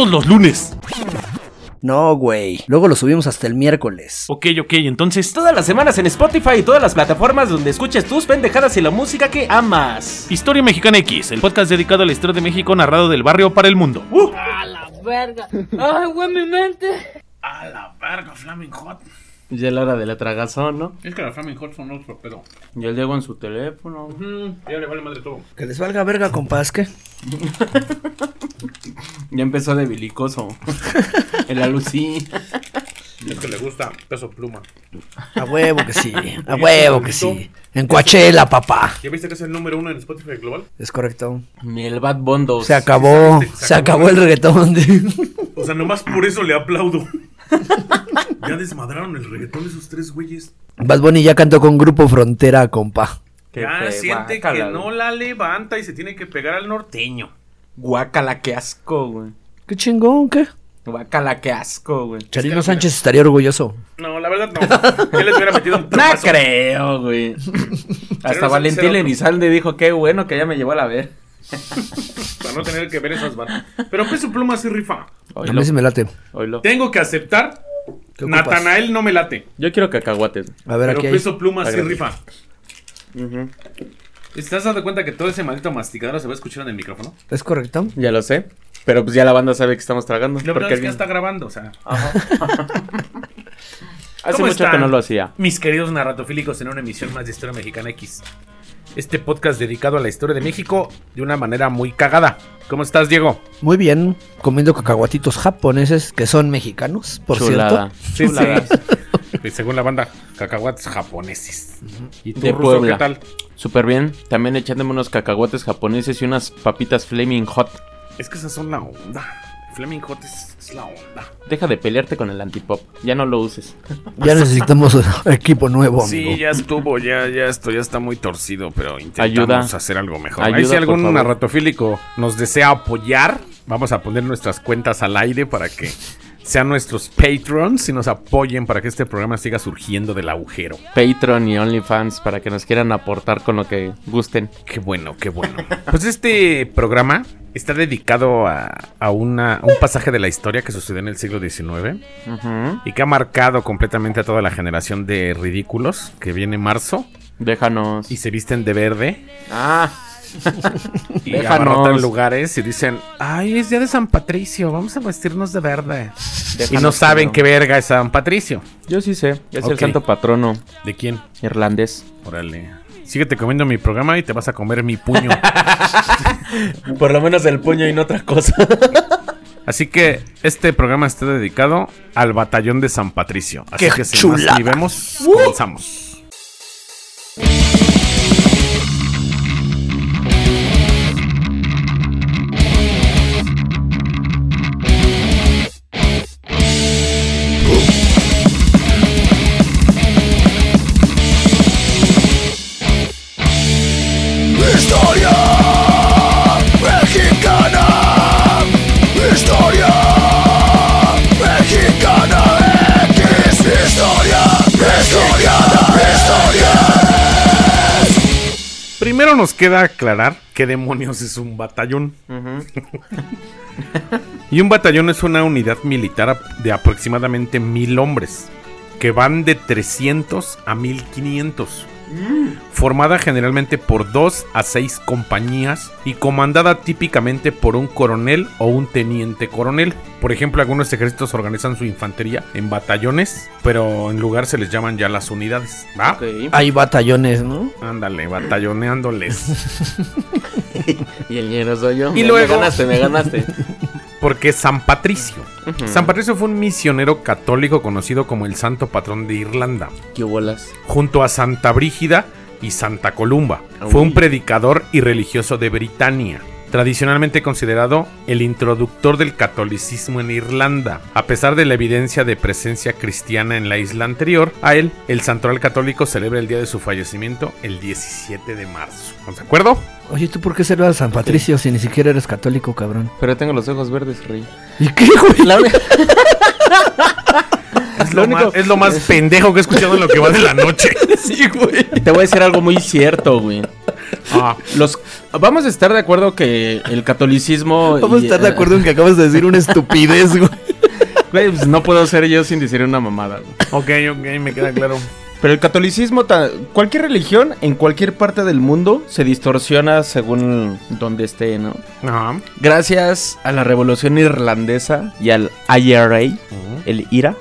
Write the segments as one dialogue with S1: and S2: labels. S1: los lunes.
S2: No, güey. Luego lo subimos hasta el miércoles.
S1: Ok, ok, entonces.
S3: Todas las semanas en Spotify y todas las plataformas donde escuches tus pendejadas y la música que amas.
S1: Historia Mexicana X, el podcast dedicado a la historia de México narrado del barrio para el mundo.
S4: Uh.
S5: A la verga. Ay, güey, mi mente.
S4: A la verga, Flaming Hot.
S6: Ya es la hora de la tragazón, ¿no?
S4: Es que la Flaming Hot son otro pedo.
S6: Ya el Diego en su teléfono.
S4: Mm, Ya le vale madre todo.
S2: Que les valga verga, compás, ¿qué?
S6: Ya empezó de bilicoso. el alucí.
S4: Es que le gusta peso pluma.
S2: A huevo que sí. A huevo que sí. En Coachella, papá.
S4: ¿Ya viste que es el número uno en Spotify global?
S2: Es correcto.
S6: Ni el Bad Bondos.
S2: Se acabó. Pues, Se acabó el reggaetón.
S4: O sea, nomás por eso le aplaudo. ya desmadraron el reggaetón de esos tres güeyes.
S2: Bad Bunny ya cantó con Grupo Frontera, compa.
S6: Qué
S4: ya
S6: fe-
S4: siente
S6: guácala,
S4: que no
S6: güey.
S4: la levanta y se tiene que pegar al norteño.
S6: Guácala, qué asco, güey.
S2: Qué chingón, ¿qué?
S6: Guácala, qué asco, güey.
S2: Charino Sánchez estaría orgulloso.
S4: No, la verdad no. Ya les hubiera metido un
S6: No
S4: trompazo.
S6: creo, güey. Hasta
S4: sincero,
S6: Valentín
S4: otro.
S6: Elizalde dijo, qué bueno que ya me llevó a la ver.
S4: Para no tener que ver esas bandas. Pero peso pluma sí rifa.
S2: A mí sí me late.
S6: Oílo.
S4: Tengo que aceptar.
S2: ¿Qué ocupas?
S4: Natanael no me late.
S6: Yo quiero cacahuates.
S2: A ver,
S4: Pero
S2: aquí hay.
S4: peso pluma sí
S6: Agrega.
S4: rifa. ¿Estás dando cuenta que todo ese maldito masticador se va a escuchar en el micrófono?
S2: ¿Es correcto?
S6: Ya lo sé. Pero pues ya la banda sabe que estamos tragando.
S4: Lo
S6: porque
S4: verdad es que
S6: alguien-
S4: ya está grabando, o sea.
S6: Hace
S4: ¿Cómo
S6: mucho que
S4: están?
S6: no lo hacía.
S4: Mis queridos narratofílicos en una emisión más de Historia Mexicana X. Este podcast dedicado a la historia de México de una manera muy cagada. ¿Cómo estás, Diego?
S2: Muy bien. Comiendo cacahuatitos japoneses que son mexicanos, por
S6: Chulada.
S4: Sí,
S6: Chulada.
S4: Y según la banda, cacahuates japoneses. ¿Y tú,
S6: De
S4: Ruso,
S6: Puebla.
S4: qué tal?
S6: Súper bien. También echándome unos cacahuates japoneses y unas papitas Flaming Hot.
S4: Es que esas son la onda. Fleming Hot es, es la onda.
S6: Deja de pelearte con el antipop. Ya no lo uses.
S2: cierto. Ya necesitamos equipo nuevo, amigo.
S4: Sí, ya estuvo, ya, ya esto ya está muy torcido, pero intentamos
S6: Ayuda.
S4: hacer algo mejor.
S6: Ayuda,
S4: Ahí si
S6: por
S4: algún
S6: favor.
S4: narratofílico nos desea apoyar, vamos a poner nuestras cuentas al aire para que sean nuestros patrons y nos apoyen para que este programa siga surgiendo del agujero.
S6: Patreon y OnlyFans para que nos quieran aportar con lo que gusten.
S4: Qué bueno, qué bueno. Pues este programa está dedicado a, a una- a un pasaje de la historia que sucedió en el siglo XIX
S6: Ujú.
S4: y que ha marcado completamente a toda la generación de ridículos que viene marzo
S6: Déjanos.
S4: y se visten de verde
S6: Ah,
S4: Y
S6: Déjanos.
S4: abarrotan lugares y dicen, ay, es día de San Patricio, vamos a vestirnos de verde. Y
S6: déjanos,
S4: no saben
S6: pero-
S4: qué verga es San Patricio.
S6: Yo sí sé. Es el
S4: Ok.
S6: santo patrono
S4: ¿De quién?
S6: irlandés.
S4: Órale. Síguete comiendo mi programa y te vas a comer mi puño.
S6: Por lo menos el puño y no otra cosa.
S4: Así que este programa está dedicado al batallón de San Patricio. Así
S2: ¡Qué
S4: que sin más
S2: chulada!
S4: ni vemos, comenzamos. Primero nos queda aclarar qué demonios es un batallón. y un batallón es una unidad militar ap- de aproximadamente mil hombres, que van de 300 a 1500. formada generalmente por dos a seis compañías y comandada típicamente por un coronel o un teniente coronel. Por ejemplo, algunos ejércitos organizan su infantería en batallones, pero en lugar se les llaman ya las unidades. ¿Va?
S6: Ok.
S2: Hay batallones, ¿no?
S4: Ándale, batalloneándoles.
S6: Y el ñero soy yo.
S4: Y
S6: Me-
S4: luego-
S6: Me ganaste, me ganaste.
S4: Porque San Patricio.
S6: Ujú.
S4: San Patricio fue un misionero católico conocido como el santo patrón de Irlanda.
S6: ¿Qué bolas?
S4: junto a Santa Brígida y Santa Columba. Fue un
S6: Uy.
S4: predicador y religioso de Britania, tradicionalmente considerado el introductor del catolicismo en Irlanda. A pesar de la evidencia de presencia cristiana en la isla anterior a él, el santoral católico celebra el día de su fallecimiento el 17 de marzo. ¿Estamos de acuerdo?
S2: Oye, ¿tú por qué se a San Patricio si ni siquiera eres católico, cabrón?
S6: Pero tengo los ojos verdes, rey.
S2: ¿Y qué, güey?
S6: La única-
S4: Es lo, más, es lo más pendejo que he escuchado en lo que va de la noche.
S6: Sí, güey. Te voy a decir algo muy cierto, güey.
S4: Ah,
S6: Los... Vamos a estar de acuerdo que el catolicismo...
S2: Vamos a
S6: y- eh,
S2: estar de acuerdo en que acabas de decir una estupidez, güey.
S6: Güey, pues, no puedo ser yo sin decir una mamada, güey.
S4: ok, ok, me queda claro.
S6: Pero el catolicismo, ta- cualquier religión en cualquier parte del mundo se distorsiona según donde esté, ¿no?
S4: Ajá.
S6: Gracias a la revolución irlandesa y al IRA, el IRA,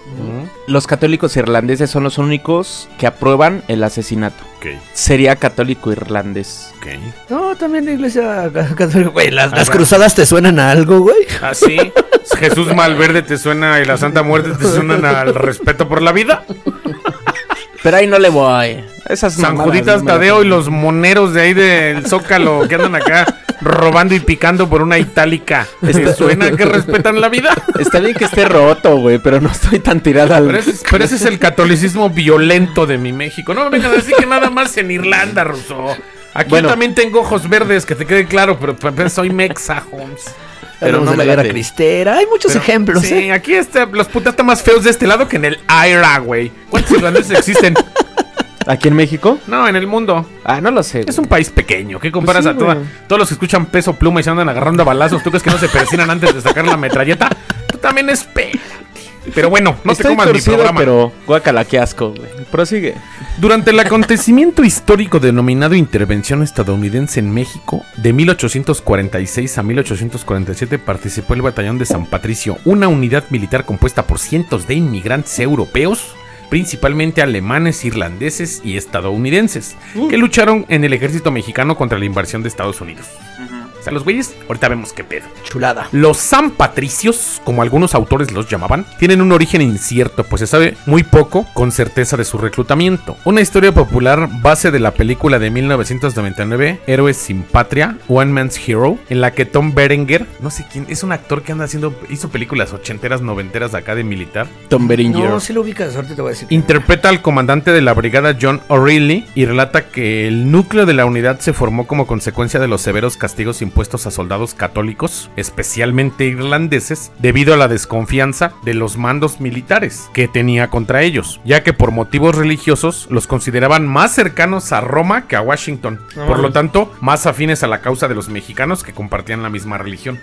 S6: los católicos irlandeses son los únicos que aprueban el asesinato.
S4: Ok,
S6: Sería católico irlandés.
S4: ok.
S2: No, también la iglesia ca- católica, güey. Las, las
S4: bueno.
S2: cruzadas te suenan a algo, güey.
S4: Así, Jesús Malverde te suena y la Santa Muerte te suenan al respeto por la vida.
S6: Pero ahí no le voy. Esas
S4: San
S6: mamadas
S4: Juditas
S6: no me
S4: Tadeo y
S6: las-
S4: los moneros de ahí del Zócalo que andan acá robando y picando por una itálica. ¿Te
S6: Está-
S4: suena que respetan la vida?
S6: Está bien que esté roto, güey, pero no estoy tan tirada al...
S4: Pero ese, es- pero ese es el catolicismo violento de mi México. No me vengas a decir que nada más en Irlanda, Ruso. Aquí
S6: Bueno.
S4: también tengo ojos verdes, que te quede claro, pero, pero soy mexa, Holmes.
S6: Pero
S2: Hablamos
S6: no
S2: de
S6: me
S2: la guerra
S6: late.
S2: cristera. Hay muchos
S4: Pero-
S2: ejemplos,
S4: sí,
S2: ¿eh?
S4: aquí está, los putas están más feos de este lado que en el IRA, güey. ¿Cuántos irlandeses existen?
S6: ¿Aquí en México?
S4: No, en el mundo.
S6: Ah, no lo sé.
S4: Es
S6: güey.
S4: un país pequeño. ¿Qué comparas
S6: Pues sí,
S4: a toda-
S6: güey.
S4: todos los que escuchan peso pluma y se andan agarrando a balazos? ¿Tú crees que no se persinan antes de sacar la metralleta? Tú también espérate. Pero bueno, no te
S6: Estoy
S4: comas mi
S6: torcido,
S4: programa.
S6: pero guácala, qué asco, güey. Prosigue.
S4: Durante el acontecimiento histórico denominado Intervención Estadounidense en México, de 1846 a 1847 participó el Batallón de San Patricio, una unidad militar compuesta por cientos de inmigrantes europeos, principalmente alemanes, irlandeses y estadounidenses, que lucharon en el ejército mexicano contra la invasión de Estados Unidos. O sea, los güeyes, ahorita vemos qué pedo.
S2: Chulada.
S4: Los San Patricios, como algunos autores los llamaban, tienen un origen incierto, pues se sabe muy poco con certeza de su reclutamiento. Una historia popular base de la película de 1999, Héroes sin Patria, One Man's Hero, en la que Tom Berenger, no sé quién, es un actor que anda haciendo, hizo películas ochenteras, noventeras de acá de militar,
S6: Tom Berenger.
S2: No, si lo ubicas, ahorita te voy a decir.
S4: Interpreta al comandante de la brigada John O'Reilly y relata que el núcleo de la unidad se formó como consecuencia de los severos castigos impuestos a soldados católicos, especialmente irlandeses, debido a la desconfianza de los mandos militares que tenía contra ellos, ya que por motivos religiosos los consideraban más cercanos a Roma que a Washington, por lo tanto más afines a la causa de los mexicanos que compartían la misma religión.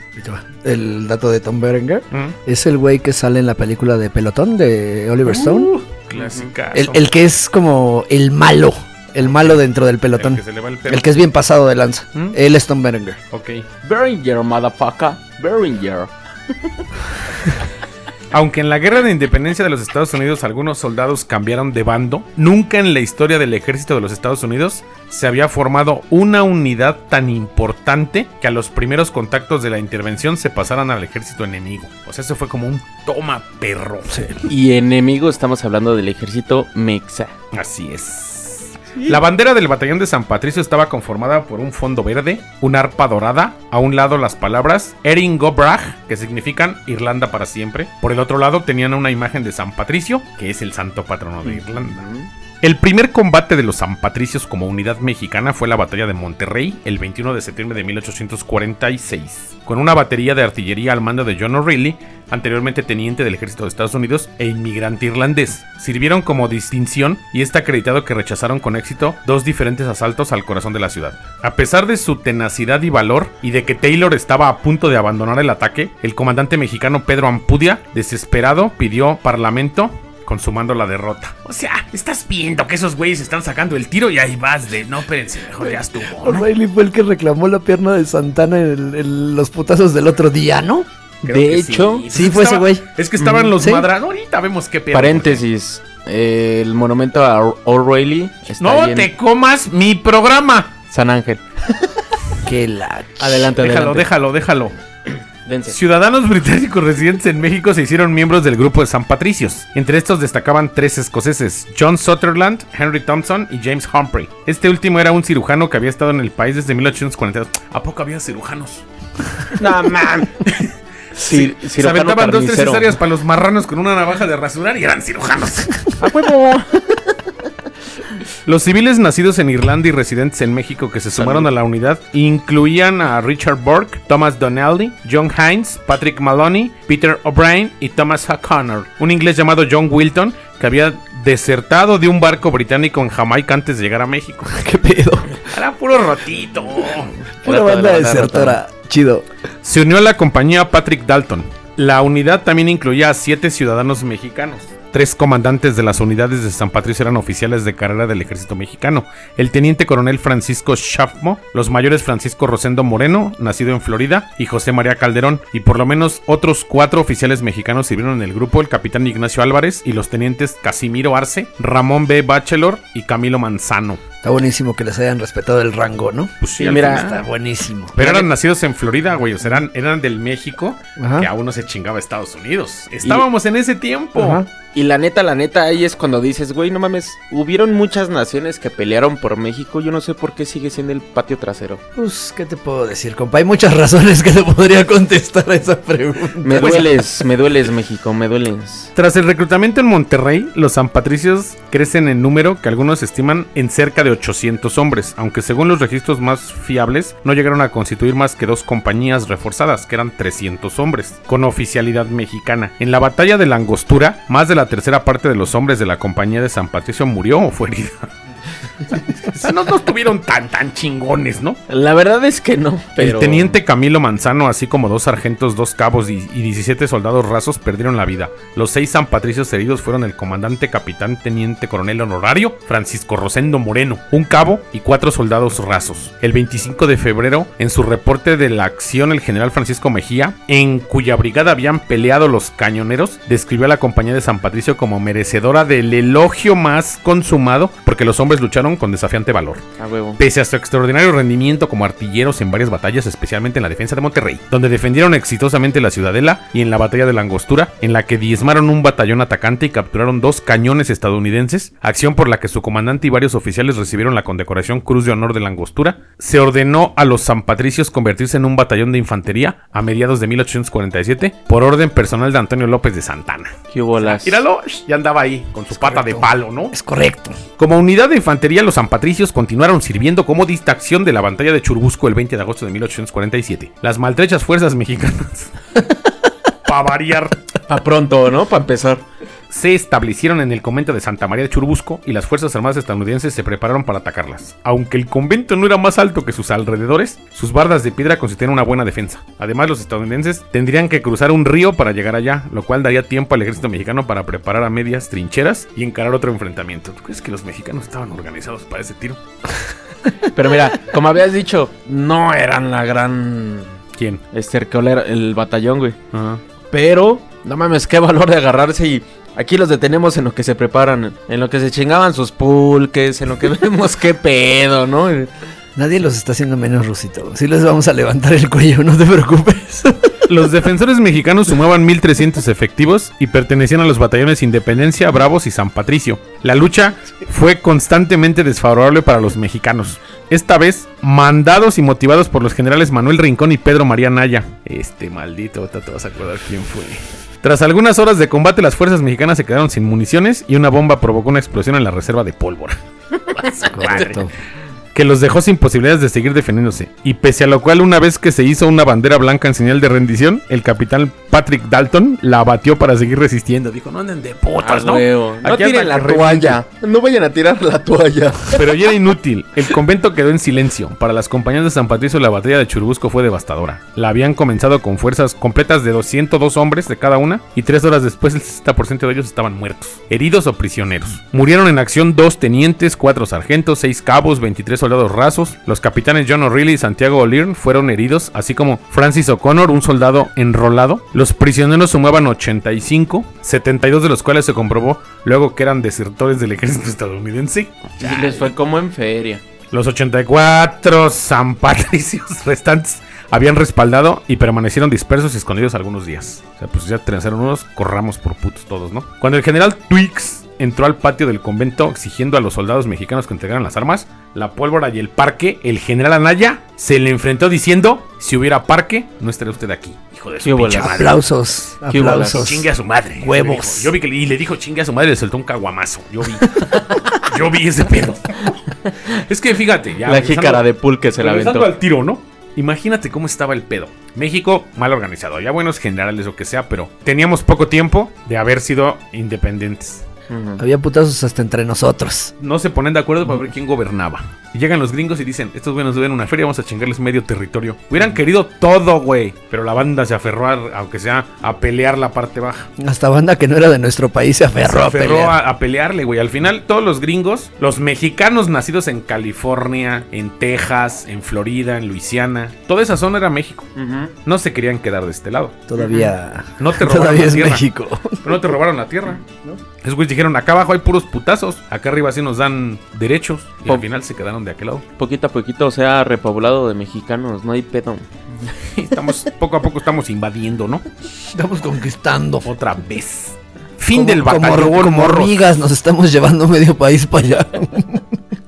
S2: El dato de Tom Berenger.
S4: Mm,
S2: Es el güey que sale en la película de Pelotón de Oliver Stone.
S4: clásica.
S2: el, el que es como el malo. El malo dentro del pelotón.
S4: que se le va el pelo.
S2: El que es bien pasado de lanza.
S4: ¿Mm?
S2: Él es Tom Berenger.
S4: Ok.
S6: Berenger, motherfucker. Berenger.
S4: Aunque en la guerra de independencia de los Estados Unidos algunos soldados cambiaron de bando, nunca en la historia del ejército de los Estados Unidos se había formado una unidad tan importante que a los primeros contactos de la intervención se pasaran al ejército enemigo. O sea, eso fue como un toma perro.
S6: Y enemigo, estamos hablando del ejército mexa.
S4: Así es. La bandera del batallón de San Patricio estaba conformada por un fondo verde, una arpa dorada, a un lado las palabras Erin Go Bragg, que significan Irlanda para siempre. Por el otro lado tenían una imagen de San Patricio, que es el santo patrono de Irlanda. El primer combate de los San Patricios como unidad mexicana fue la batalla de Monterrey el 21 de septiembre de 1846, con una batería de artillería al mando de John O'Reilly, anteriormente teniente del ejército de Estados Unidos e inmigrante irlandés. Sirvieron como distinción y está acreditado que rechazaron con éxito dos diferentes asaltos al corazón de la ciudad. A pesar de su tenacidad y valor y de que Taylor estaba a punto de abandonar el ataque, el comandante mexicano Pedro Ampudia, desesperado, pidió parlamento consumando la derrota. O sea, estás viendo que esos güeyes están sacando el tiro y ahí vas de, no, espérense, mejor ya estuvo, ¿no?".
S2: O'Reilly fue el que reclamó la pierna de Santana en, el- en los putazos del otro día, ¿no?
S4: Creo
S6: de
S4: que
S6: hecho,
S4: Pues
S2: sí,
S4: es que
S2: fue ese
S4: estaba-
S2: güey.
S4: Es que estaban
S2: Mm,
S4: los
S2: sí.
S4: madras. Ahorita vemos qué pedo.
S6: paréntesis, eh, el monumento a O- O'Reilly está
S4: No
S6: ahí en
S4: te comas mi programa.
S6: San Ángel.
S2: Qué la...
S6: Adelante,
S4: Déjalo,
S6: adelante.
S4: déjalo, déjalo.
S6: Dense.
S4: Ciudadanos británicos residentes en México se hicieron miembros del grupo de San Patricios. Entre estos destacaban tres escoceses, John Sutherland, Henry Thompson y James Humphrey. Este último era un cirujano que había estado en el país desde 1842. ¿A poco había cirujanos?
S6: No mames. Sí,
S4: se aventaban dos, tres
S6: carnicero.
S4: cesáreas para los marranos con una navaja de rasurar y eran cirujanos.
S6: ¡A huevo!
S4: Los civiles nacidos en Irlanda y residentes en México que se sumaron a la unidad incluían a Richard Burke, Thomas Donnelly, John Hines, Patrick Maloney, Peter O'Brien y Thomas O'Connor. Un inglés llamado John Wilton que había desertado de un barco británico en Jamaica antes de llegar a México.
S2: ¿Qué pedo?
S4: Era puro rotito.
S2: Una
S6: Rata,
S2: banda
S6: rata,
S2: desertora. Chido.
S4: Se unió a la compañía Patrick Dalton. La unidad también incluía a siete ciudadanos mexicanos. Tres comandantes de las unidades de San Patricio eran oficiales de carrera del ejército mexicano. El teniente coronel Francisco Chafmo, los mayores Francisco Rosendo Moreno, nacido en Florida, y José María Calderón, y por lo menos otros cuatro oficiales mexicanos sirvieron en el grupo, el capitán Ignacio Álvarez y los tenientes Casimiro Arce, Ramón B. Bachelor y Camilo Manzano.
S2: Está buenísimo que les hayan respetado el rango, ¿no?
S4: Pues sí,
S6: Y
S4: al
S6: mira,
S4: final-
S2: Está buenísimo.
S4: pero eran nacidos en Florida, güey. O sea, eran, eran del México
S2: Ajá.
S4: que aún no se chingaba a Estados Unidos. Estábamos en ese tiempo.
S2: Ajá.
S6: Y la neta, la neta, ahí es cuando dices, güey, no mames, hubieron muchas naciones que pelearon por México, yo no sé por qué sigue siendo el patio trasero.
S2: Pues, ¿qué te puedo decir, compa? Hay muchas razones que te podría contestar a esa pregunta.
S6: Me
S4: Pues,
S6: dueles, me dueles, México, me dueles.
S4: Tras el reclutamiento en Monterrey, los San Patricios crecen en número que algunos estiman en cerca de 800 hombres, aunque según los registros más fiables no llegaron a constituir más que dos compañías reforzadas, que eran 300 hombres, con oficialidad mexicana. En la batalla de la Angostura, más de la tercera parte de los hombres de la compañía de San Patricio murió o fue herida. o sea, no, no estuvieron tan, tan chingones, ¿no?
S6: La verdad es que no, pero...
S4: El teniente Camilo Manzano, así como dos sargentos, dos cabos y, y 17 soldados rasos perdieron la vida. Los seis San Patricios heridos fueron el comandante capitán teniente coronel honorario Francisco Rosendo Moreno, un cabo y cuatro soldados rasos. El 25 de febrero, en su reporte de la acción, el general Francisco Mejía, en cuya brigada habían peleado los cañoneros, describió a la compañía de San Patricio como merecedora del elogio más consumado porque los hombres lucharon con desafiante valor.
S6: A huevo.
S4: Pese a su extraordinario rendimiento como artilleros en varias batallas, especialmente en la defensa de Monterrey, donde defendieron exitosamente la ciudadela y en la batalla de la Angostura, en la que diezmaron un batallón atacante y capturaron dos cañones estadounidenses, acción por la que su comandante y varios oficiales recibieron la condecoración Cruz de Honor de la Angostura, se ordenó a los San Patricios convertirse en un batallón de infantería a mediados de 1847 por orden personal de Antonio López de Santana.
S6: ¿Qué bolas?
S4: Míralo, ya andaba ahí con su pata de
S2: correcto.
S4: palo, ¿no?
S2: Es correcto.
S4: Como unidad de infantería, los sanpatricios continuaron sirviendo como distracción de la batalla de Churubusco el 20 de agosto de 1847. Las maltrechas fuerzas mexicanas. Para variar.
S6: Pa' pronto, ¿no? Para empezar.
S4: Se establecieron en el convento de Santa María de Churubusco y las Fuerzas Armadas estadounidenses se prepararon para atacarlas. Aunque el convento no era más alto que sus alrededores, sus bardas de piedra constituían una buena defensa. Además, los estadounidenses tendrían que cruzar un río para llegar allá, lo cual daría tiempo al ejército mexicano para preparar a medias trincheras y encarar otro enfrentamiento. ¿Tú crees que los mexicanos estaban organizados para ese tiro?
S6: Pero mira, como habías dicho, no eran la gran...
S4: ¿Quién?
S6: Estercolera, el batallón, güey. Pero, no mames, qué valor de agarrarse y aquí los detenemos en lo que se preparan, en lo que se chingaban sus pulques, en lo que vemos qué pedo, ¿no?
S2: Nadie los está haciendo menos rusito. Sí les vamos a levantar el cuello, no te preocupes.
S4: Los defensores mexicanos sumaban 1.300 efectivos y pertenecían a los batallones Independencia, Bravos y San Patricio. La lucha fue constantemente desfavorable para los mexicanos. Esta vez, mandados y motivados por los generales Manuel Rincón y Pedro María Naya. Este maldito, ahorita te vas a acordar quién fue. Tras algunas horas de combate, las fuerzas mexicanas se quedaron sin municiones y una bomba provocó una explosión en la reserva de pólvora.
S2: Correcto.
S4: que los dejó sin posibilidades de seguir defendiéndose. Y pese a lo cual, una vez que se hizo una bandera blanca en señal de rendición, el capitán Patrick Dalton la batió para seguir resistiendo. Dijo, no anden de putas,
S6: Ah,
S4: ¿no?
S6: huevo.
S4: Aquí
S6: No
S4: hasta
S6: tiren la
S4: que revienten".
S6: toalla. No vayan a tirar la toalla.
S4: Pero ya era inútil. El convento quedó en silencio. Para las compañías de San Patricio, la batalla de Churubusco fue devastadora. La habían comenzado con fuerzas completas de 202 hombres de cada una, y tres horas después el 60% de ellos estaban muertos, heridos o prisioneros. Murieron en acción dos tenientes, cuatro sargentos, seis cabos, 23 soldados rasos. Los capitanes John O'Reilly y Santiago O'Leary fueron heridos, así como Francis O'Connor, un soldado enrolado. Los prisioneros sumaban 85, 72 de los cuales se comprobó luego que eran desertores del ejército estadounidense.
S6: Y les fue como en feria.
S4: Los 84 San Patricios restantes habían respaldado y permanecieron dispersos y escondidos algunos días. O sea, pues ya trenzaron unos, corramos por putos todos, ¿no? Cuando el general Twix entró al patio del convento exigiendo a los soldados mexicanos que entregaran las armas, la pólvora y el parque, el general Anaya se le enfrentó diciendo, si hubiera parque, no estaría usted aquí. Hijo de
S6: Qué
S4: su pinche
S6: bolas.
S4: madre.
S2: Aplausos,
S6: Qué bolas.
S2: aplausos.
S4: Chingue a su madre.
S2: Huevos.
S4: Le dijo. Yo vi que le- y le dijo chingue a su madre, le soltó un caguamazo. Yo vi. Yo vi ese pedo. Es que fíjate, ya.
S6: la
S4: regresando-
S6: jícara de pool que se la
S4: regresando
S6: aventó.
S4: al tiro, ¿no? Imagínate cómo estaba el pedo. México mal organizado, ya buenos generales o que sea, pero teníamos poco tiempo de haber sido independientes.
S6: Ujú.
S2: Había putazos hasta entre nosotros.
S4: No se ponen de acuerdo para ver quién gobernaba. Y llegan los gringos y dicen, estos buenos deben una feria, vamos a chingarles medio territorio. Hubieran querido todo, güey. Pero la banda se aferró, a- aunque sea, a pelear la parte baja.
S2: Hasta banda que no era de nuestro país se aferró,
S4: se
S2: a
S4: aferró
S2: pelear.
S4: a, a pelearle, güey. Al final, todos los gringos, los mexicanos nacidos en California, en Texas, en Florida, en Luisiana, toda esa zona era México.
S6: Ujú.
S4: No se querían quedar de este lado.
S2: Todavía.
S4: No te robaron
S2: Todavía
S4: la
S2: es
S4: tierra.
S2: México.
S4: Pero no te robaron la tierra. Esos güeyes dijeron, acá abajo hay puros putazos. Acá arriba sí nos dan derechos. Y al
S6: Oh.
S4: final se quedaron de aquel lado.
S6: Poquito a poquito se ha repoblado de mexicanos. No hay pedo.
S4: Estamos, poco a poco estamos invadiendo, ¿no?
S2: Estamos conquistando.
S4: Otra vez. Fin
S2: Como-
S4: del batallón.
S2: Como, como
S4: morros.
S2: hormigas nos estamos llevando medio país para allá.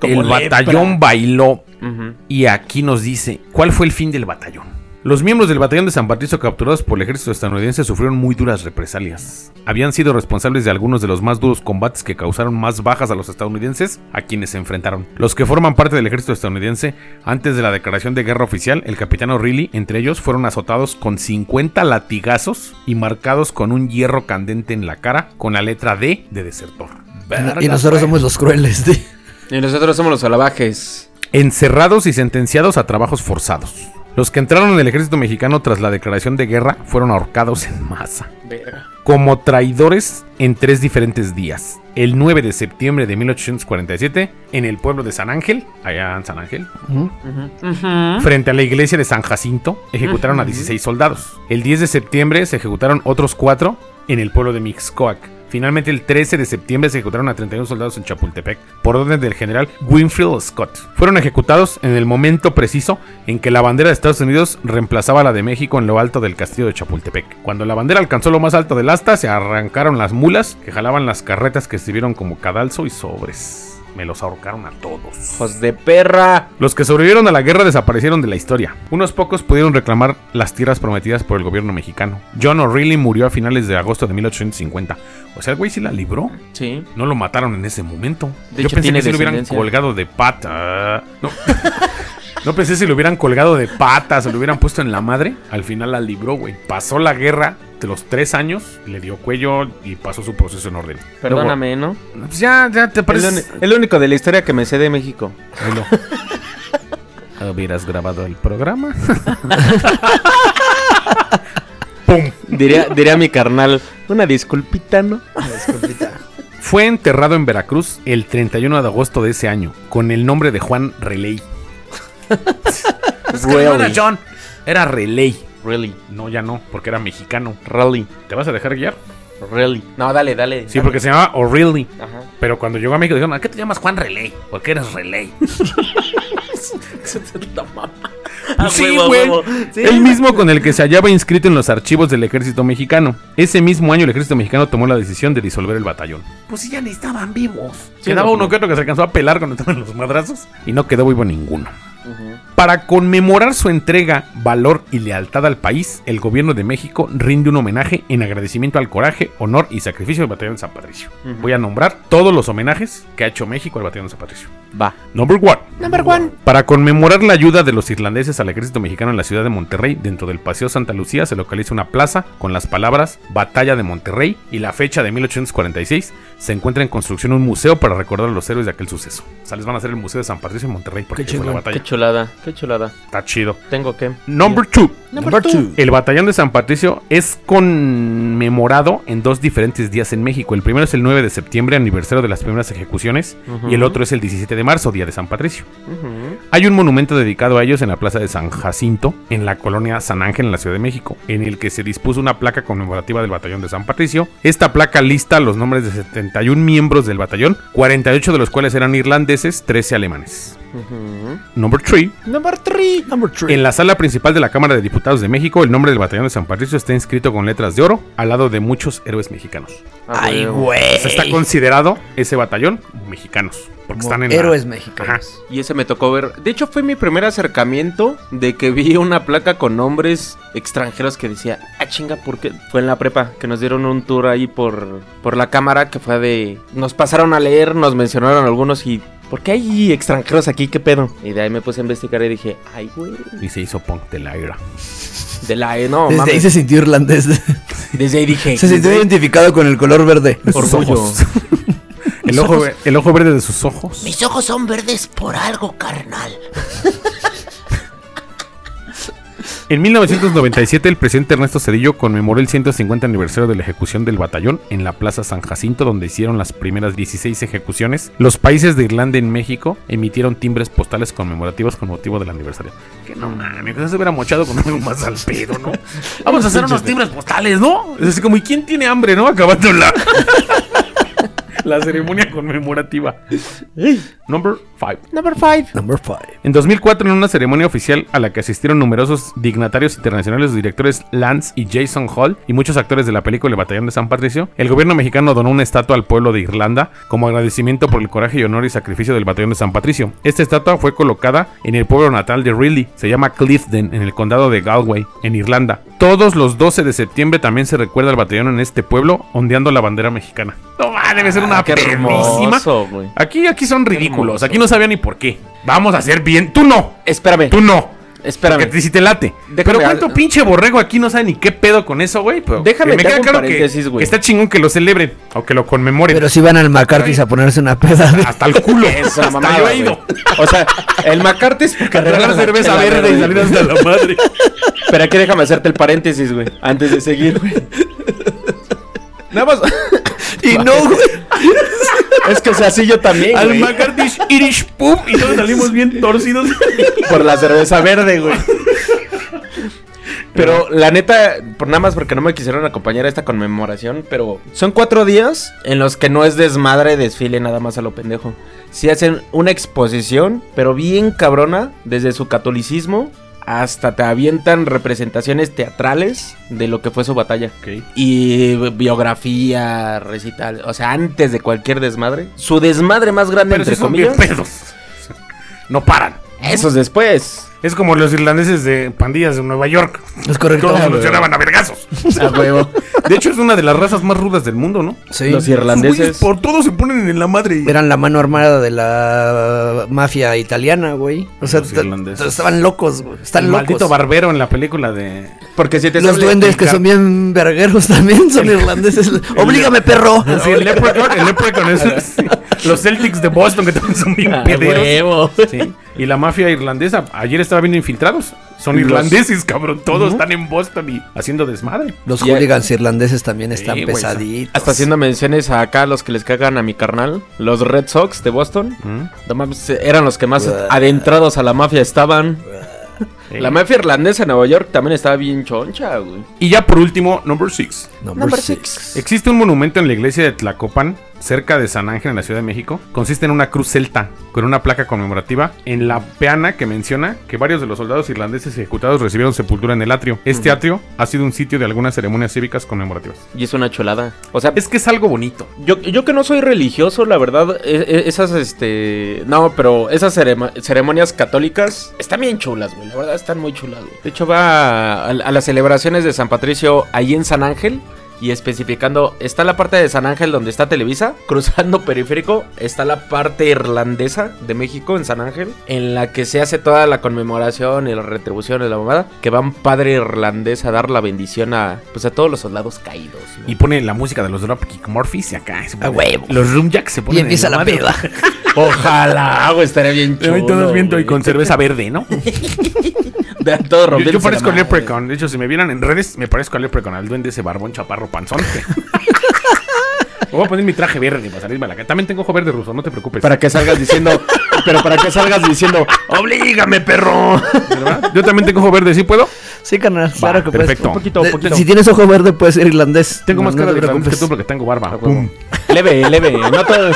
S4: El batallón bailó.
S6: Ujú.
S4: Y aquí nos dice, ¿cuál fue el fin del batallón? Los miembros del batallón de San Patricio capturados por el ejército estadounidense sufrieron muy duras represalias. Habían sido responsables de algunos de los más duros combates que causaron más bajas a los estadounidenses a quienes se enfrentaron. Los que forman parte del ejército estadounidense, antes de la declaración de guerra oficial, el capitán O'Reilly, entre ellos, fueron azotados con 50 latigazos y marcados con un hierro candente en la cara con la letra D de desertor.
S2: y nosotros somos los crueles. de-
S6: Y nosotros somos los salvajes.
S4: encerrados y sentenciados a trabajos forzados. Los que entraron en el ejército mexicano tras la declaración de guerra fueron ahorcados en masa, como traidores en tres diferentes días. El 9 de septiembre de 1847, en el pueblo de San Ángel, allá en San Ángel, frente a la iglesia de San Jacinto, ejecutaron a 16 soldados. El 10 de septiembre se ejecutaron otros 4 en el pueblo de Mixcoac. Finalmente, el 13 de septiembre se ejecutaron a 31 soldados en Chapultepec, por orden del general Winfield Scott. Fueron ejecutados en el momento preciso en que la bandera de Estados Unidos reemplazaba a la de México en lo alto del castillo de Chapultepec. Cuando la bandera alcanzó lo más alto del asta, se arrancaron las mulas que jalaban las carretas que sirvieron como cadalso y sobres. Me los ahorcaron a todos.
S6: Hijos de perra.
S4: Los que sobrevivieron a la guerra desaparecieron de la historia. Unos pocos pudieron reclamar las tierras prometidas por el gobierno mexicano. John O'Reilly murió a finales de agosto de 1850. O sea, el güey sí la libró.
S6: Sí.
S4: No lo mataron en ese momento.
S6: De
S4: Yo
S6: hecho,
S4: pensé
S6: tiene
S4: que si lo hubieran
S6: descendencia.
S4: colgado de pata. No. No pensé si lo hubieran colgado de patas o lo hubieran puesto en la madre. Al final la libró, güey. Pasó la guerra de los tres años, le dio cuello y pasó su proceso en orden.
S6: Perdóname, ¿no?
S4: Luego- Pues ya, ya te
S6: Es
S4: parece.
S6: lo- es lo único de la historia que me sé de México.
S4: ¿Hubieras grabado el programa?
S6: Diría, diría mi carnal, una disculpita, ¿no?
S4: Fue enterrado en Veracruz el 31 de agosto de ese año con el nombre de Juan Reley.
S6: Really.
S4: John, era Reley.
S6: Really.
S4: No, ya no, porque era mexicano.
S6: Really.
S4: ¿Te vas a dejar guiar?
S6: Really. No, dale, dale.
S4: Sí, porque se llamaba O'Reilly.
S6: Ajá.
S4: Pero cuando llegó a México dijeron, ¿a qué te llamas Juan Reley? Porque eres Reley. Pues sí, güey. El mismo con el que se hallaba inscrito en los archivos del ejército mexicano. Ese mismo año el ejército mexicano tomó la decisión de disolver el batallón. Pues sí, ya ni estaban vivos.
S6: Sí,
S4: Quedaba
S6: no,
S4: uno
S6: no.
S4: que otro que se alcanzó a pelar cuando estaban los madrazos. Y no quedó vivo ninguno.
S6: Ujú.
S4: Para conmemorar su entrega, valor y lealtad al país, el gobierno de México rinde un homenaje en agradecimiento al coraje, honor y sacrificio del Batallón de San Patricio. Voy a nombrar todos los homenajes que ha hecho México al Batallón de San Patricio.
S6: Va.
S4: Number one. Para conmemorar la ayuda de los irlandeses al ejército mexicano en la ciudad de Monterrey, dentro del Paseo Santa Lucía se localiza una plaza con las palabras Batalla de Monterrey y la fecha de 1846. Se encuentra en construcción un museo para recordar a los héroes de aquel suceso. O sea, les van a hacer el Museo de San Patricio en Monterrey porque
S2: Qué
S4: fue la
S2: chingón,
S4: batalla.
S6: Qué chulada, qué chulada.
S4: Está chido.
S6: Tengo que.
S4: Number two.
S2: Number two.
S4: El batallón de San Patricio es conmemorado en dos diferentes días en México. El primero es el 9 de septiembre, aniversario de las primeras ejecuciones, y el otro es el 17 de marzo, día de San Patricio. Hay un monumento dedicado a ellos en la plaza de San Jacinto, en la colonia San Ángel, en la Ciudad de México, en el que se dispuso una placa conmemorativa del batallón de San Patricio. Esta placa lista los nombres de 71 miembros del batallón, 48 de los cuales eran irlandeses, 13 alemanes. Number 3.
S2: Number three.
S4: En la sala principal de la Cámara de Diputados de México, el nombre del batallón de San Patricio está inscrito con letras de oro al lado de muchos héroes mexicanos.
S6: Ah,
S2: Ay,
S6: huevo.
S2: güey.
S4: O sea, está considerado ese batallón mexicanos. Porque
S2: Como
S4: están en. la-
S2: héroes mexicanos.
S6: Y ese me tocó ver. De hecho, fue mi primer acercamiento de que vi una placa con nombres extranjeros que decía, ah, chinga, ¿por qué? Fue en la prepa que nos dieron un tour ahí por, por la cámara que fue de. Nos pasaron a leer, nos mencionaron algunos y. ¿Por qué hay extranjeros aquí? ¿Qué pedo? Y de ahí me puse a investigar y dije, ay, güey.
S4: Y se hizo punk de la era.
S6: De la E, no,
S2: Desde ahí
S6: mames.
S2: se sintió irlandés.
S6: Desde ahí dije.
S2: se sintió
S6: "Desde-
S2: identificado con el color verde.
S4: Sus
S6: Orgullo.
S4: ojos. el, ojo, ve- el ojo verde de sus ojos. Mis ojos son verdes por algo, carnal. En 1997, el presidente Ernesto Cedillo conmemoró el 150 aniversario de la ejecución del batallón en la Plaza San Jacinto, donde hicieron las primeras 16 ejecuciones. Los países de Irlanda y México emitieron timbres postales conmemorativos con motivo del aniversario. Que no mames, quizás se hubiera mochado con algo más al pedo, ¿no? Vamos a hacer unos timbres postales, ¿no? Es así como, ¿y quién tiene hambre, no? Acabando la, la ceremonia conmemorativa. Number 5.
S2: Number five.
S4: En 2004, en una ceremonia oficial a la que asistieron numerosos dignatarios internacionales, los directores Lance y Jason Hall y muchos actores de la película El Batallón de San Patricio, el gobierno mexicano donó una estatua al pueblo de Irlanda como agradecimiento por el coraje y honor y sacrificio del Batallón de San Patricio. Esta estatua fue colocada en el pueblo natal de Ridley, se llama Clifden, en el condado de Galway, en Irlanda. Todos los 12 de septiembre también se recuerda al batallón en este pueblo, ondeando la bandera mexicana. No, va, debe ser una
S6: Ah, qué
S4: perrísima.
S6: hermoso, güey.
S4: Aquí, aquí son ridículos.
S6: hermoso.
S4: Aquí no sabían ni por qué. Vamos a hacer bien. Tú no.
S6: Espérame,
S4: Tú no.
S6: espérame.
S4: Porque si te late.
S6: Déjame
S4: pero cuánto
S6: al-
S4: pinche borrego aquí no sabe ni qué pedo con eso, güey. Pero
S6: Déjame,
S4: que
S6: te hago un
S4: que,
S6: paréntesis, güey.
S4: que está chingón que lo celebren o que lo conmemoren.
S2: Pero si van al McCarthy's a ponerse una peda. güey.
S4: Hasta el culo.
S6: Esa
S4: hasta
S6: mamada,
S4: yo he
S6: güey.
S4: ido.
S6: O sea, el Macarte es porque
S4: Tragar cerveza verde y salir hasta la madre.
S6: Pero aquí déjame hacerte el paréntesis, güey. Antes de seguir, güey. Nada más.
S2: y no, güey.
S6: Es que o sea, así yo también,
S4: Al
S6: güey.
S4: McCarthy's Irish Pub y todos salimos bien torcidos.
S6: Por la cerveza verde, güey. Pero la neta, por nada más porque no me quisieron acompañar a esta conmemoración, pero son cuatro días en los que no es desmadre, desfile, nada más a lo pendejo. Sí hacen una exposición, pero bien cabrona, desde su catolicismo hasta te avientan representaciones teatrales de lo que fue su batalla. Y biografía, recital, o sea, antes de cualquier desmadre. Su desmadre más grande,
S4: Pero
S6: entre
S4: sí son
S6: comillas.
S4: bien pedos. No paran.
S6: Eso es después.
S4: Es como los irlandeses de pandillas de Nueva York.
S2: Es correcto. Ah,
S4: Todos solucionaban a vergazos.
S6: A huevo.
S4: De hecho, es una de las razas más rudas del mundo, ¿no?
S2: Sí.
S6: Los
S4: Güeyes
S6: irlandeses.
S4: por todo se ponen en la madre.
S2: Eran la mano armada de la mafia italiana, güey. O sea,
S4: Los
S2: ta-
S4: irlandeses.
S2: ta- estaban locos, güey. Están
S4: El
S2: locos.
S4: maldito barbero en la película de.
S6: Porque si te
S2: Los
S6: sale-
S2: duendes que
S4: explicar.
S2: son bien vergueros también son irlandeses. Oblígame, perro.
S4: Sí, el Leprechaun, el Leprechaun es- sí. Los Celtics de Boston que también son bien
S6: Ah,
S4: pederos.
S6: huevo.
S4: Sí. Y la mafia irlandesa, ayer estaba viendo infiltrados. Son
S6: Los-
S4: irlandeses, cabrón. Todos están en Boston y haciendo desmadre.
S2: Los
S6: Ya-
S2: hooligans irlandeses también están
S4: Sí, güey,
S2: pesaditos.
S6: Hasta haciendo menciones a acá los que les cagan a mi carnal, los Red Sox de Boston. No mames, eran los que más
S2: Buah.
S6: adentrados a la mafia estaban.
S4: Sí.
S6: La mafia irlandesa en Nueva York también estaba bien choncha, güey.
S4: Y ya por último, number 6.
S2: Number six.
S4: Existe un monumento en la iglesia de Tlacopan, cerca de San Ángel, en la Ciudad de México. Consiste en una cruz celta con una placa conmemorativa en la peana que menciona que varios de los soldados irlandeses ejecutados recibieron sepultura en el atrio. Este atrio ha sido un sitio de algunas ceremonias cívicas conmemorativas.
S6: Y es una cholada. O sea,
S4: Es que es algo bonito.
S6: Yo, yo que no soy religioso, la verdad, e- e- esas, este... No, pero esas cerema- ceremonias católicas están bien chulas, güey. La verdad, están muy chulas, güey. De hecho, va a, a las celebraciones de San Patricio ahí en San Ángel. Y especificando, está la parte de San Ángel donde está Televisa, cruzando periférico, está la parte irlandesa de México en San Ángel, en la que se hace toda la conmemoración y la retribución de la mamada, que va un padre irlandés a dar la bendición a, pues, a todos los soldados caídos. ¿no?
S4: Y pone la música de los Dropkick Murphys y acá. se pone-
S2: A huevo.
S4: Los Rumjacks se
S2: Y
S4: ponen.
S2: empieza
S4: en
S2: la
S4: madre.
S2: peda.
S6: Ojalá, güey, estaría bien chulo.
S4: Ay, todos viendo y
S6: güey.
S4: con cerveza verde, ¿no?
S6: De- todo
S4: Yo- Yo,
S6: rompiéndose
S4: parezco
S6: la madre.
S4: Leprechaun. De hecho, si me vieran en redes, me parezco a Leprechaun, al duende ese barbón chaparro panzón. Me Voy a poner mi traje verde para salirme a la calle. También tengo ojo verde ruso, no te preocupes.
S6: Para que salgas diciendo, pero para que salgas diciendo,
S4: ¡Oblígame, perro! ¿Verdad? Yo también tengo ojo verde, ¿sí puedo?
S2: Sí, carnal, claro que
S4: perfecto.
S2: puedes.
S4: Un
S2: De- Si tienes ojo verde, puedes ser irlandés.
S4: Tengo más
S2: No,
S4: cara
S2: no
S4: de
S2: te
S4: irlandés que
S2: preocupes.
S4: tú porque tengo barba. Pum.
S6: leve, leve, no todo,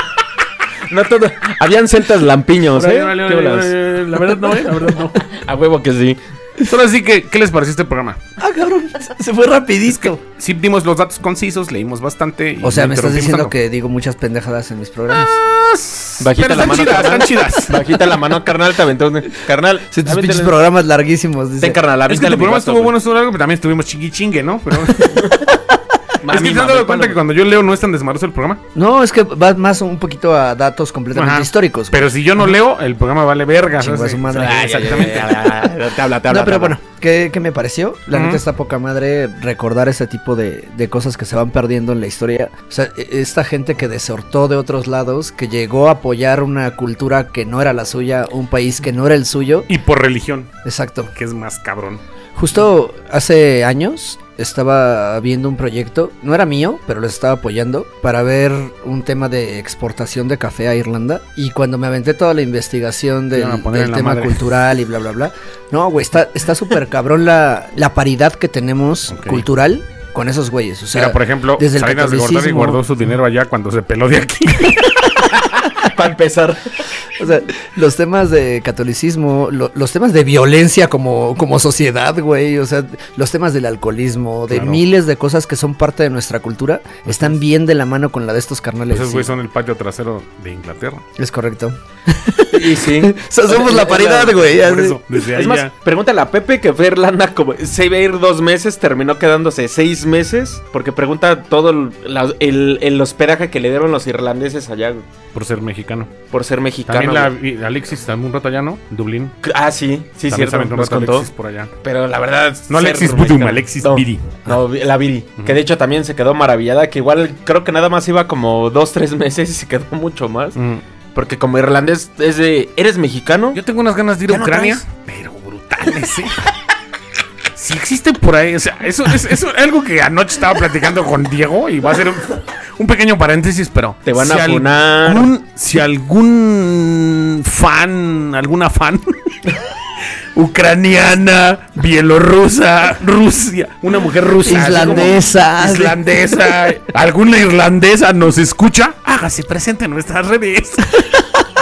S6: no todo, habían celtas lampiños,
S4: Órale,
S6: ¿eh?
S4: órale,
S6: ¿Qué
S4: órale,
S6: bolas?
S4: órale. La verdad no, ¿eh? La verdad no.
S6: A huevo que sí.
S4: Solo así que, ¿qué les pareció este programa?
S2: Ah, cabrón. Se fue rapidito.
S4: Sí dimos los datos concisos, leímos bastante. y
S2: O sea,
S4: no
S2: me estás
S4: interrumpimos
S2: diciendo
S4: tanto.
S2: que digo muchas pendejadas en mis programas.
S6: Bajita
S4: Pero
S6: la
S4: están
S6: mano,
S4: chidas,
S6: carnal.
S4: están chidas.
S6: Bajita la mano, carnal, te aventó. un- Carnal,
S2: Sí, tus
S6: avítale-
S2: pinches eh. programas larguísimos. dice.
S6: Ten,
S4: Es
S6: carnal,
S4: que
S6: avíntale
S4: el
S6: mi
S4: programa
S6: vaso,
S4: estuvo
S6: güey.
S4: bueno, estuvo largo, pero también estuvimos chingui chingue, ¿no? Pero...
S6: Mami,
S4: es que te has
S6: mami,
S4: dado cuenta que
S6: ponlo.
S4: cuando yo leo no es tan desmadroso el programa.
S2: No, es que va más un poquito a datos completamente
S4: Ajá.
S2: históricos. güey.
S4: Pero si yo no leo, el programa vale verga.
S2: Chingo
S4: ¿no?
S2: a su madre.
S4: Ah, Exactamente.
S6: Te habla, te habla.
S2: no, pero
S6: te habla.
S2: bueno, ¿qué, qué me pareció? La
S4: Ujú.
S2: neta está poca madre recordar ese tipo de, de cosas que se van perdiendo en la historia. O sea, e- esta gente que desertó de otros lados, que llegó a apoyar una cultura que no era la suya, un país que no era el suyo.
S4: Y por religión,
S2: Exacto.
S4: que es más cabrón.
S2: Justo hace años estaba viendo un proyecto, no era mío, pero les estaba apoyando, para ver un tema de exportación de café a Irlanda. Y cuando me aventé toda la investigación
S4: Te
S2: del,
S4: iban a poner
S2: del
S4: en la
S2: tema
S4: madre.
S2: cultural y bla, bla, bla. No, güey, está está súper cabrón la, la paridad que tenemos
S4: Ok.
S2: cultural con esos güeyes. O sea,
S4: Mira, por ejemplo,
S2: desde el
S4: Salinas de Gortari
S2: catolicismo.
S4: guardó su dinero allá cuando se peló de aquí.
S6: Para empezar.
S2: o sea, los temas de catolicismo, lo- los temas de violencia como, como sociedad, güey, o sea, los temas del alcoholismo, de
S4: Claro.
S2: miles de cosas que son parte de nuestra cultura, están bien de la mano con la de estos carnales.
S4: pues, Esos
S2: sí.
S4: güeyes son el patio trasero de Inglaterra.
S2: Es correcto.
S6: Y sí.
S2: O sea, somos la paridad, güey.
S4: Por
S2: así.
S4: eso, desde ahí
S6: Es más,
S4: ya.
S6: pregúntale a Pepe que fue a Irlanda como se iba a ir dos meses, terminó quedándose seis meses, porque pregunta todo el, la- el- el hospedaje que le dieron los irlandeses allá güey,
S4: Por ser mexicano.
S6: por ser mexicano.
S4: También la,
S6: güey.
S4: y Alexis, también un rato allá, ¿no? Dublín.
S6: Ah, sí, sí,
S4: También se
S6: cierto,
S4: aventó un
S6: nos
S4: rato
S6: contó.
S4: Alexis por allá.
S6: Pero la verdad...
S4: No
S6: ser
S4: Alexis
S6: mexicano.
S4: Budum, Alexis
S6: No,
S4: Viri.
S6: No, vi- la Viri, que de hecho también se quedó maravillada, que igual creo que nada más iba como dos, tres meses y se quedó mucho más.
S4: Mm.
S6: Porque como irlandés es de... ¿Eres mexicano?
S4: Yo tengo unas ganas de ir a
S6: ¿Ya no
S4: Ucrania,
S6: traes?
S4: pero brutales, ¿eh? Si existe por ahí, o sea, eso es eso es algo que anoche estaba platicando con Diego y va a ser un, un pequeño paréntesis, pero
S6: Te van
S4: si
S6: a
S4: al-
S6: funar.
S4: algún- si algún fan, alguna fan ucraniana, bielorrusa, Rusia, una mujer rusa, así como-
S2: Islandesa.
S4: islandesa, alguna irlandesa nos escucha, hágase presente en nuestras redes.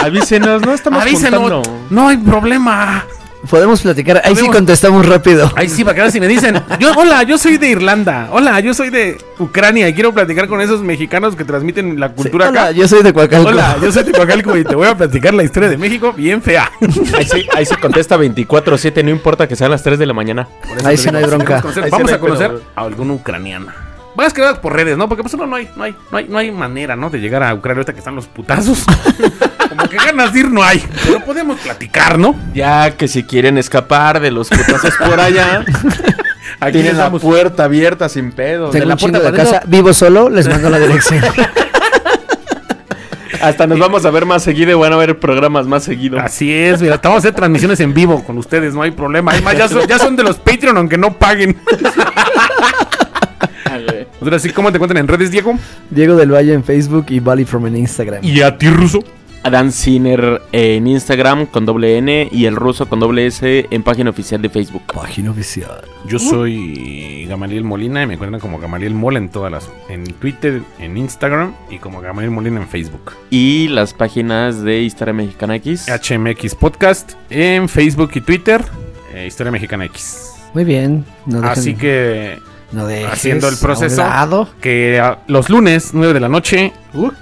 S6: Avísenos, no estamos
S4: Avísenos,
S6: juntando.
S4: no hay problema.
S2: Podemos platicar. Ahí sí
S4: Podemos-
S2: contestamos rápido.
S4: Ahí sí, para que ahora si me dicen, yo, hola, yo soy de Irlanda, hola, yo soy de Ucrania y quiero platicar con esos mexicanos que transmiten la
S2: Sí,
S4: cultura
S2: Hola,
S4: acá.
S2: yo soy de Coacalco.
S4: Hola, yo soy Tipacalco y te voy a platicar la historia de México bien fea.
S6: Ahí sí, ahí sí contesta 24-7, no importa que sean las 3 de la mañana.
S2: Ahí sí no hay bronca.
S4: Vamos a conocer-
S6: Ahí sí
S4: Vamos a
S6: no hay pedo,
S4: conocer
S6: güey.
S4: a alguna ucraniana. Vas que por redes, ¿no? Porque pues uno no hay, no hay, no hay, no hay manera, ¿no? De llegar a Ucrania ahorita que están los putazos. Como que ganas de ir no hay. Pero podemos platicar, ¿no?
S6: Ya que si quieren escapar de los putazos por allá,
S4: Aquí
S6: tienen la
S4: estamos.
S6: puerta abierta sin pedo.
S2: Tengo
S6: De la
S2: un chingo
S6: puerta
S2: de
S6: para
S2: casa. Vivo solo, les mando la dirección.
S6: adentro. Hasta nos vamos a ver más seguido y van a ver programas más seguido.
S4: Así es, mira, estamos a hacer transmisiones en vivo con ustedes, no hay problema. Además, ya son, ya son de los Patreon, aunque no paguen. Ahora sí, ¿cómo te cuentan en redes, Diego?
S2: Diego del Valle en Facebook y Valley from en Instagram.
S4: Y a ti, Ruso.
S6: Adam Sinner en Instagram con doble N y el ruso con doble S en página oficial de Facebook.
S2: Página oficial.
S4: Yo soy Gamaliel Molina y me encuentran como Gamaliel Mol en todas las. En Twitter, en Instagram y como Gamaliel Molina en Facebook.
S6: Y las páginas de Historia Mexicana X.
S4: Ah, HMX Podcast en Facebook y Twitter. eh, Historia Mexicana X.
S2: Muy bien. No dejen-
S4: Así que
S2: no dejes
S4: haciendo el
S2: a un
S4: proceso.
S2: lado.
S4: que a- los lunes, 9 de la noche,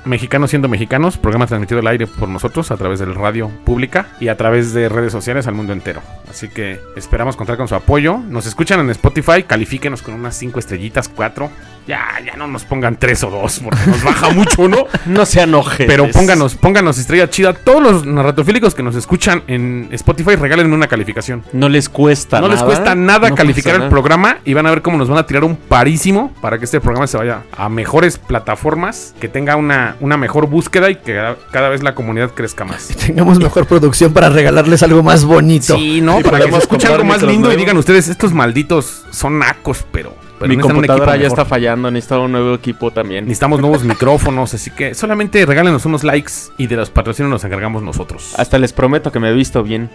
S4: Mexicanos siendo Mexicanos, programa transmitido al aire por nosotros a través de la radio pública y a través de redes sociales al mundo entero. Así que esperamos contar con su apoyo. Nos escuchan en Spotify, califíquenos con unas 5 estrellitas, 4. Ya, ya no nos pongan 3 o 2 porque nos baja mucho, ¿no?
S6: No se enoje.
S4: Pero pónganos, pónganos estrella chida. Todos los narratofílicos que nos escuchan en Spotify, regálenme una calificación.
S6: No les cuesta
S4: No les cuesta nada
S6: No
S4: calificar
S6: pasa
S4: el
S6: nada.
S4: programa y van a ver cómo nos van a tirar un parísimo para que este programa se vaya a mejores plataformas, que tenga una, una mejor búsqueda y que cada- cada vez la comunidad crezca más.
S2: Tengamos mejor producción para regalarles algo más bonito.
S4: Sí, ¿no?
S6: Y
S4: para que se
S6: podemos
S4: escuche
S6: comprar
S4: algo más
S6: micros
S4: lindo y
S6: nuevos.
S4: digan ustedes, estos malditos son nacos, pero... pero
S6: Mi
S4: necesitan un equipo
S6: computadora ya
S4: mejor.
S6: está fallando, necesita un nuevo equipo también.
S4: Necesitamos nuevos micrófonos, así que solamente regálenos unos likes y de los patrocinios nos encargamos nosotros.
S6: Hasta les prometo que me he visto bien.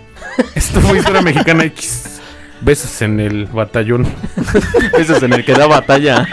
S4: Esto fue Historia Mexicana X. Besos en el batallón.
S6: Eso es en el que da batalla.